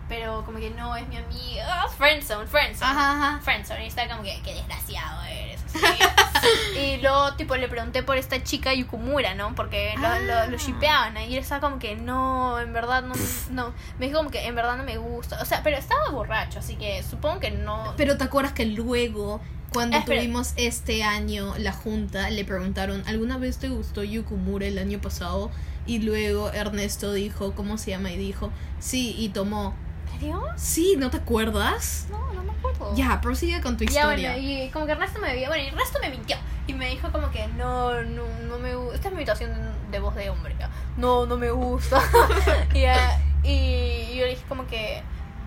Speaker 1: Pero como que no, es mi amiga. Ah, friendzone, friendzone.
Speaker 3: Ajá, ajá.
Speaker 1: Friendzone. Y está como que, qué desgraciado
Speaker 3: (laughs)
Speaker 1: eres. así. y luego, tipo, le pregunté por esta chica Yukumura, ¿no? Porque lo, lo, lo
Speaker 3: Ah.
Speaker 1: shippeaban. Y él estaba como que, no, en verdad no, no. Me dijo como que, en verdad no me gusta. O sea, pero estaba borracho, así que supongo que no.
Speaker 3: Pero te acuerdas que luego, cuando
Speaker 1: Espera.
Speaker 3: tuvimos este año la junta, le preguntaron, ¿alguna vez te gustó Yukumura el año pasado? Y luego Ernesto dijo, ¿cómo se llama? Y dijo, sí, y tomó.
Speaker 1: ¿En serio?
Speaker 3: Sí, ¿no te acuerdas?
Speaker 1: No, no me acuerdo.
Speaker 3: Ya, prosigue con tu
Speaker 1: Ya,
Speaker 3: historia.
Speaker 1: bueno, y como que Ernesto me vio, bueno, y Ernesto me mintió. Y me dijo como que no, no, no me gusta. Esta es mi imitación de voz de hombre. ya. No, no me gusta. (laughs) y, ah, y yo le dije como que,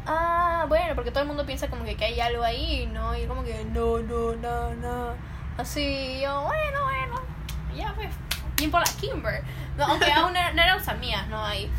Speaker 1: ah, bueno, porque todo el mundo piensa como que, que hay algo ahí, ¿no? Y como que, no, no, no, no. Así, y yo, bueno, bueno, ya, pues, bien por la Kimber. No, aunque aún no, no éramos amigas, ¿no? Ahí.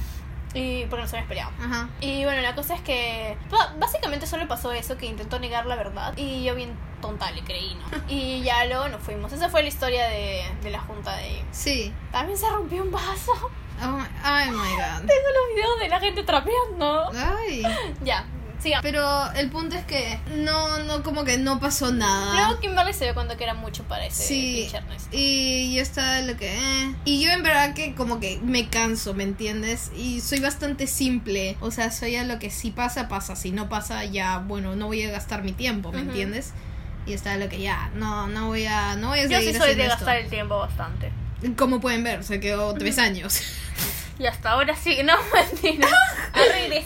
Speaker 1: Y porque nos habíamos peleado.
Speaker 3: Ajá.
Speaker 1: Y bueno, la cosa es que ba- básicamente solo pasó eso, que intentó negar la verdad. Y yo bien tonta le creí,
Speaker 3: (laughs)
Speaker 1: ¿no? Y ya luego nos fuimos. Esa fue la historia de, de la junta de...
Speaker 3: Sí.
Speaker 1: También se rompió un vaso. (laughs)
Speaker 3: Oh, my- ay, my God.
Speaker 1: Tengo los videos de la gente
Speaker 3: (laughs)
Speaker 1: trapeando.
Speaker 3: Ay.
Speaker 1: Ya, sigamos.
Speaker 3: Pero el punto es que no, no, como que no pasó nada.
Speaker 1: Luego Kimberly se dio cuenta que era mucho para ese
Speaker 3: Ah. Sí.
Speaker 1: pinche Ernesto.
Speaker 3: Y yo estaba lo que... eh. Y yo en verdad que como que me canso, ¿me entiendes? Y soy bastante simple. O sea, soy a lo que si pasa, pasa. Si no pasa, ya, bueno, no voy a gastar mi tiempo, ¿me
Speaker 1: Ujú.
Speaker 3: entiendes? Y estaba lo que ya, no, no voy a... No voy a
Speaker 1: Yo sí
Speaker 3: seguir
Speaker 1: soy
Speaker 3: haciendo
Speaker 1: de
Speaker 3: esto.
Speaker 1: gastar el tiempo bastante.
Speaker 3: Como pueden ver, se quedó tres años. (laughs)
Speaker 1: Y hasta ahora sí, no (laughs) mentira. Ha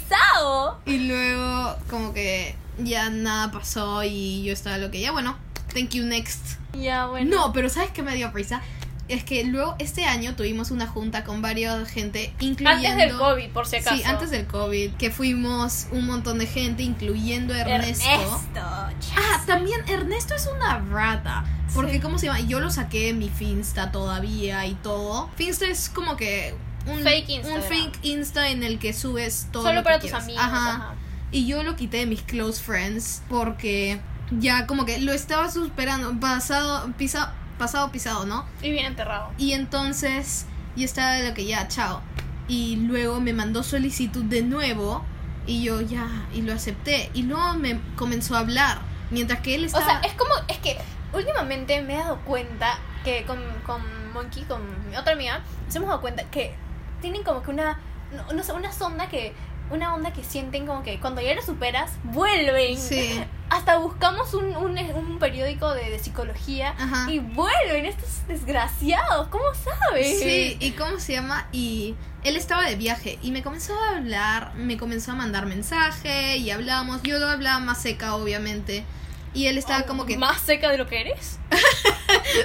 Speaker 1: regresado.
Speaker 3: Y luego como que ya nada pasó y yo estaba lo que ya, bueno, thank you next.
Speaker 1: Ya, bueno.
Speaker 3: No, pero ¿sabes qué me dio prisa? Es que luego este año tuvimos una junta con varios gente, incluyendo...
Speaker 1: Antes del COVID, por si acaso.
Speaker 3: Sí, antes del COVID, que fuimos un montón de gente, incluyendo a Ernesto.
Speaker 1: Ernesto. ya.
Speaker 3: Ah, también Ernesto es una rata. Porque,
Speaker 1: Sí.
Speaker 3: ¿cómo se llama? Yo lo saqué de mi Finsta todavía y todo. Finsta es como que un
Speaker 1: Fake
Speaker 3: un
Speaker 1: Instagram.
Speaker 3: fake Insta en el que subes todo. lo
Speaker 1: Solo
Speaker 3: que
Speaker 1: para tus
Speaker 3: quieras.
Speaker 1: amigos.
Speaker 3: Ajá.
Speaker 1: ajá.
Speaker 3: Y yo lo quité de mis close friends porque ya como que lo estaba superando, pasado, pisado, pasado, pisado, ¿no?
Speaker 1: Y bien enterrado.
Speaker 3: Y entonces yo estaba de lo que ya, chao. Y luego me mandó solicitud de nuevo y yo ya, y lo acepté. Y luego me comenzó a hablar mientras que él
Speaker 1: O
Speaker 3: estaba...
Speaker 1: sea, es como, es que últimamente me he dado cuenta que con, con Monkey, con mi otra amiga, nos hemos dado cuenta que tienen como que una, no, no sé, una sonda que, una onda que sienten como que cuando ya lo superas, vuelven.
Speaker 3: Sí,
Speaker 1: Hasta buscamos un, un, un periódico de, de psicología (laughs)
Speaker 3: ajá.
Speaker 1: y vuelven estos desgraciados, ¿cómo saben?
Speaker 3: Sí, y cómo se llama, y él estaba de viaje y me comenzó a hablar, me comenzó a mandar mensaje y hablábamos, yo lo hablaba más seca obviamente, y él
Speaker 1: Oh,
Speaker 3: estaba como (laughs) que
Speaker 1: Más seca de lo que eres.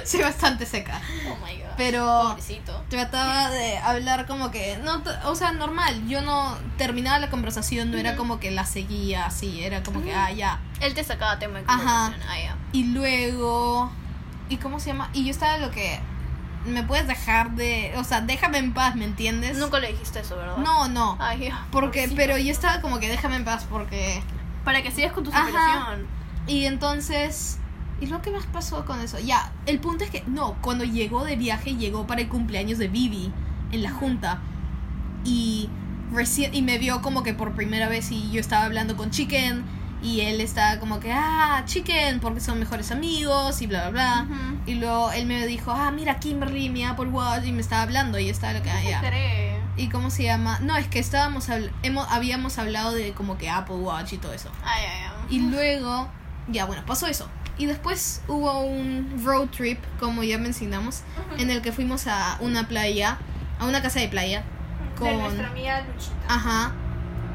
Speaker 3: soy bastante seca,
Speaker 1: Oh my god.
Speaker 3: pero
Speaker 1: Pobrecito.
Speaker 3: trataba de hablar como que no, t- o sea, normal, yo no terminaba la conversación, no era
Speaker 1: Ujú.
Speaker 3: como que la seguía así, era como que
Speaker 1: Ujú.
Speaker 3: ah ya.
Speaker 1: Él te sacaba tema de
Speaker 3: Ajá.
Speaker 1: conversación. Ah, ya.
Speaker 3: Y luego y cómo se llama, y yo estaba lo que me puedes dejar de, o sea, déjame en paz, ¿me entiendes?
Speaker 1: Nunca Ah, le dijiste eso, ¿verdad?
Speaker 3: no, no.
Speaker 1: Ay, ya,
Speaker 3: Porque,
Speaker 1: pobrecito.
Speaker 3: pero yo estaba como que déjame en paz porque...
Speaker 1: Para que sigas con tu
Speaker 3: Ajá.
Speaker 1: superación.
Speaker 3: Y entonces... ¿Y lo que más pasó con eso? Ya, el punto es que no, cuando llegó de viaje llegó para el cumpleaños de Vivi en la junta. Y recién y me vio como que por primera vez y yo estaba hablando con Chicken y él estaba como que, "Ah, Chicken, porque son mejores amigos" y bla bla bla.
Speaker 1: Ujú.
Speaker 3: Y luego él me dijo, "Ah, mira Kimberly, mi Apple Watch" y me estaba hablando y yo estaba lo que, "Ah, ya".
Speaker 1: Cree.
Speaker 3: ¿Y cómo se llama? No, es que estábamos habl- hemo- habíamos hablado de como que Apple Watch y todo eso.
Speaker 1: Ay, ay, ay.
Speaker 3: Y luego, ya bueno, pasó eso. Y después hubo un road trip, como ya mencionamos, en el que fuimos a una playa, a una casa de playa.
Speaker 1: De
Speaker 3: con-
Speaker 1: nuestra amiga Luchita.
Speaker 3: Ajá.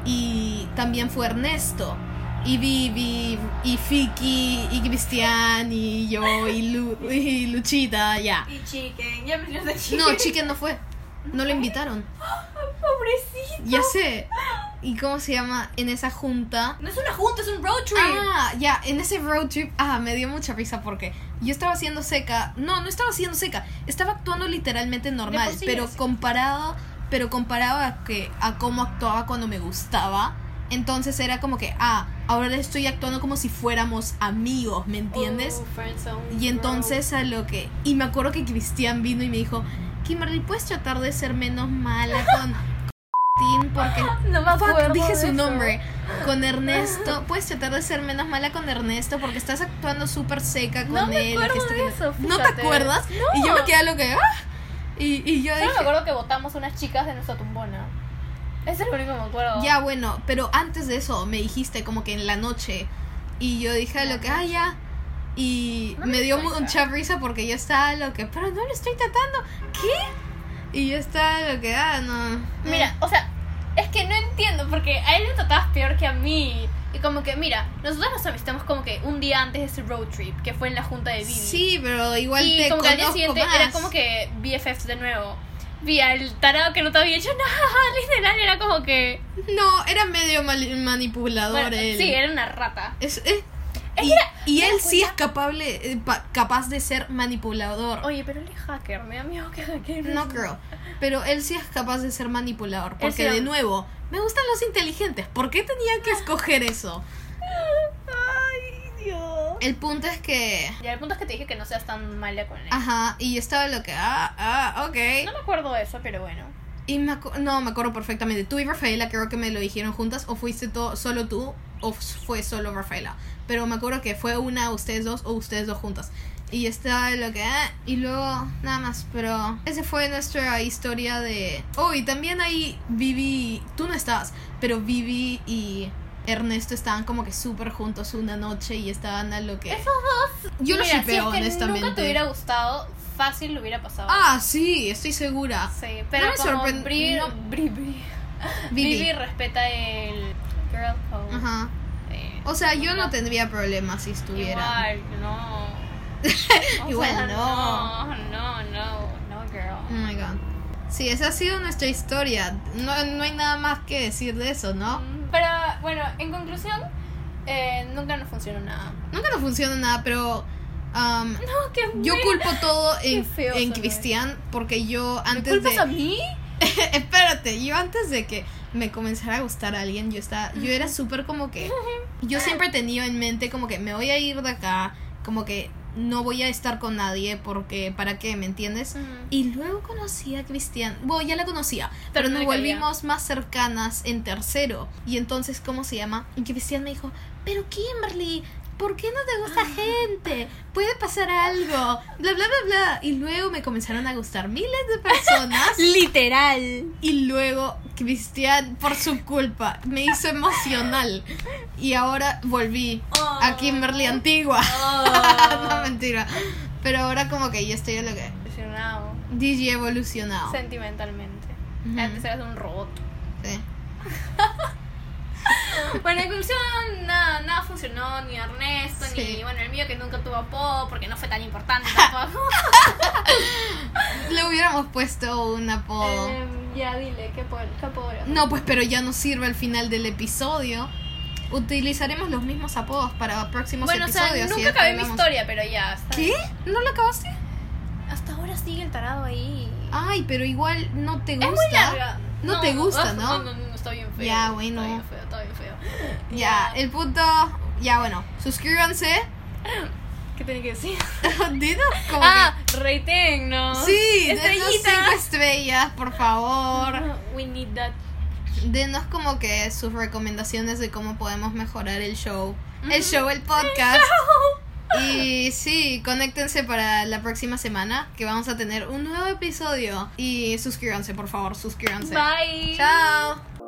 Speaker 3: Y también fue Ernesto. Y Vivi, y Fiki, y Cristian, y yo, y, Lu- y Luchita, ya.
Speaker 1: Y Chicken. Ya me dio (laughs) de Chicken.
Speaker 3: No, Chicken no fue. No lo invitaron.
Speaker 1: Pobrecito.
Speaker 3: Ya sé. ¿Y cómo se llama? En esa junta.
Speaker 1: No es una junta, es un road trip.
Speaker 3: Ah, ya, en ese road trip, ah, me dio mucha risa porque yo estaba haciendo seca. No, no estaba haciendo seca. Estaba actuando literalmente normal,
Speaker 1: por sí
Speaker 3: pero
Speaker 1: eres seca.
Speaker 3: comparado, pero comparado a que a cómo actuaba cuando me gustaba. Entonces era como que, ah, ahora estoy actuando como si fuéramos amigos, ¿me entiendes?
Speaker 1: Oh, friendzone,
Speaker 3: Y
Speaker 1: bro.
Speaker 3: entonces a lo que... Y me acuerdo que Cristian vino y me dijo, Kimberly, ¿puedes tratar de ser menos mala con... (laughs) con porque...
Speaker 1: No me
Speaker 3: Fuck,
Speaker 1: acuerdo.
Speaker 3: dije
Speaker 1: de
Speaker 3: su
Speaker 1: eso.
Speaker 3: nombre. Con Ernesto. ¿Puedes tratar de ser menos mala con Ernesto? Porque estás actuando súper seca con
Speaker 1: No me
Speaker 3: él. que
Speaker 1: acuerdo
Speaker 3: esto,
Speaker 1: de
Speaker 3: que-
Speaker 1: eso.
Speaker 3: ¿No te
Speaker 1: fíjate.
Speaker 3: acuerdas? Y yo me quedé a lo que... "Ah". Y, y yo
Speaker 1: Solo me
Speaker 3: dije...
Speaker 1: acuerdo que votamos unas chicas de nuestra tumbona. Ese es lo único que me acuerdo.
Speaker 3: Ya, bueno, pero antes de eso me dijiste como que en la noche. Y yo dije a lo que, ah, ya. Y
Speaker 1: No me
Speaker 3: me
Speaker 1: di
Speaker 3: dio
Speaker 1: cuenta.
Speaker 3: mucha risa porque yo estaba a lo que, pero no lo estoy tratando. ¿Qué? Y yo estaba a lo que, ah, no. no".
Speaker 1: Mira, o sea, es que no entiendo porque a él lo tratabas peor que a mí. Y como que, mira, nosotros nos amistamos como que un día antes de ese road trip, que fue en la junta de Vivi.
Speaker 3: Sí, pero igual
Speaker 1: y
Speaker 3: te
Speaker 1: como que al día
Speaker 3: conozco
Speaker 1: siguiente
Speaker 3: más.
Speaker 1: era como que BFFs de nuevo. Vi al tarado que no te había hecho (laughs) nada, literal, era como que...
Speaker 3: No, era medio mal- manipulador
Speaker 1: bueno,
Speaker 3: él.
Speaker 1: sí, era una rata.
Speaker 3: Es- eh,
Speaker 1: Es
Speaker 3: y
Speaker 1: que era-
Speaker 3: y
Speaker 1: ¿te
Speaker 3: él
Speaker 1: das
Speaker 3: sí es
Speaker 1: cuenta?
Speaker 3: capable, eh, pa- capaz de ser manipulador.
Speaker 1: Oye, pero él es hacker, me da miedo que hacker.
Speaker 3: No creo. Pero él sí es capaz de ser manipulador.
Speaker 1: Él sí Ah.
Speaker 3: Porque de
Speaker 1: era-
Speaker 3: nuevo, me gustan los inteligentes. ¿Por qué tenía que escoger eso?
Speaker 1: Ay, Dios.
Speaker 3: El punto es que.
Speaker 1: Y el punto es que te dije que no seas tan mala con él.
Speaker 3: Ajá, y yo estaba lo que. Ah, ah,
Speaker 1: No
Speaker 3: ok.
Speaker 1: me acuerdo de eso, pero bueno.
Speaker 3: Y me acu- no, me acuerdo perfectamente. Tú y Rafaela creo que me lo dijeron juntas. O fuiste to- solo tú, o f- fue solo Rafaela. Pero me acuerdo que fue una, ustedes dos, o ustedes dos juntas. Y estaba lo que. ah, y luego, nada más. Pero esa fue nuestra historia de. Oh, y también ahí Vivi. Tú no estabas, pero Vivi y. Ernesto estaban como que súper juntos una noche y estaban a lo que...
Speaker 1: Esos dos.
Speaker 3: Yo lo
Speaker 1: Mira, si
Speaker 3: shippeo,
Speaker 1: es que
Speaker 3: honestamente.
Speaker 1: nunca te hubiera gustado, fácil lo hubiera pasado.
Speaker 3: Ah, sí, estoy segura.
Speaker 1: Sí, pero
Speaker 3: no me
Speaker 1: como
Speaker 3: sorprend-
Speaker 1: Bri,
Speaker 3: no.
Speaker 1: Bri- Bri-
Speaker 3: Vivi.
Speaker 1: Vivi respeta el girl code.
Speaker 3: Ajá.
Speaker 1: eh,
Speaker 3: O sea, yo no tendría problemas si estuviera.
Speaker 1: Igual,
Speaker 3: (laughs)
Speaker 1: no. O
Speaker 3: Igual,
Speaker 1: sea,
Speaker 3: no.
Speaker 1: No, no, no, no, girl.
Speaker 3: Oh my god. Sí, esa ha sido nuestra historia. No, no hay nada más que decir de eso, ¿no?
Speaker 1: Mm, Pero bueno, en conclusión, eh, nunca nos funcionó nada.
Speaker 3: Nunca nos funciona nada, pero. um,
Speaker 1: No, que
Speaker 3: yo culpo
Speaker 1: (laughs)
Speaker 3: todo
Speaker 1: Qué
Speaker 3: en,
Speaker 1: feo
Speaker 3: en
Speaker 1: sonó
Speaker 3: Cristian porque yo antes
Speaker 1: ¿Culpas a
Speaker 3: de.
Speaker 1: mí?
Speaker 3: (laughs) Espérate, yo antes de que me comenzara a gustar alguien, yo estaba. Yo era súper
Speaker 1: (laughs)
Speaker 3: como que. Yo siempre he tenido en mente como que me voy a ir de acá, como que no voy a estar con nadie porque. ¿Para qué? ¿Me entiendes? (laughs) Y luego conocí a Cristian. Bueno, ya la conocía, pero,
Speaker 1: Pero no
Speaker 3: nos
Speaker 1: le caía.
Speaker 3: volvimos más cercanas en tercero. Y entonces, ¿cómo se llama? Y Cristian me dijo, pero Kimberly, ¿por qué no te gusta gente? Puede pasar algo, bla, bla, bla, bla. Y luego me comenzaron a gustar miles de
Speaker 1: (laughs)
Speaker 3: personas.
Speaker 1: Literal.
Speaker 3: y luego Cristian, por su culpa, me hizo emocional. Y ahora volví a Kimberly antigua.
Speaker 1: Oh,
Speaker 3: (laughs) no, mentira. Pero ahora como que yo estoy en lo que...
Speaker 1: Impresionado.
Speaker 3: DJ evolucionado.
Speaker 1: Sentimentalmente.
Speaker 3: Ujú.
Speaker 1: Antes eras un robot.
Speaker 3: Sí.
Speaker 1: (laughs) Bueno, en conclusión, nada, nada funcionó, ni Ernesto,
Speaker 3: Sí.
Speaker 1: ni bueno, el mío que nunca tuvo apodo porque no fue tan importante
Speaker 3: (laughs)
Speaker 1: tampoco.
Speaker 3: Le hubiéramos puesto un
Speaker 1: (laughs)
Speaker 3: apodo.
Speaker 1: Em, ya dile, ¿qué apodo? ¿Qué apodo era?
Speaker 3: No, pues, pero ya no sirve al final del episodio. Utilizaremos los mismos apodos para próximos
Speaker 1: Bueno, o sea,
Speaker 3: episodios. y
Speaker 1: nunca
Speaker 3: después
Speaker 1: acabé mi
Speaker 3: hablamos.
Speaker 1: historia, pero ya. Hasta,
Speaker 3: ¿Qué? ¿No lo acabaste?
Speaker 1: Hasta ahora sigue el tarado ahí.
Speaker 3: Ay, pero igual no te Ah,
Speaker 1: es
Speaker 3: gusta.
Speaker 1: muy larga.
Speaker 3: No te gusta,
Speaker 1: (laughs)
Speaker 3: ¿no?
Speaker 1: No, no, está bien feo.
Speaker 3: Ya, bueno.
Speaker 1: Está bien feo, está bien
Speaker 3: (laughs)
Speaker 1: feo.
Speaker 3: Ya, el punto. Ya, bueno, suscríbanse. (laughs)
Speaker 1: ¿Qué tiene que decir?
Speaker 3: Dinos
Speaker 1: (laughs)
Speaker 3: como
Speaker 1: Ah, rating, ¿no?
Speaker 3: que- Sí, denos cinco
Speaker 1: estrellitas.
Speaker 3: estrellas, por favor.
Speaker 1: (laughs) We need that.
Speaker 3: Denos como que sus recomendaciones de cómo podemos mejorar el show. El
Speaker 1: Ujú.
Speaker 3: show,
Speaker 1: (laughs)
Speaker 3: el podcast. (laughs) Y sí, conéctense para la próxima semana que vamos a tener un nuevo episodio. Y suscríbanse, por favor, suscríbanse.
Speaker 1: Bye.
Speaker 3: Chao.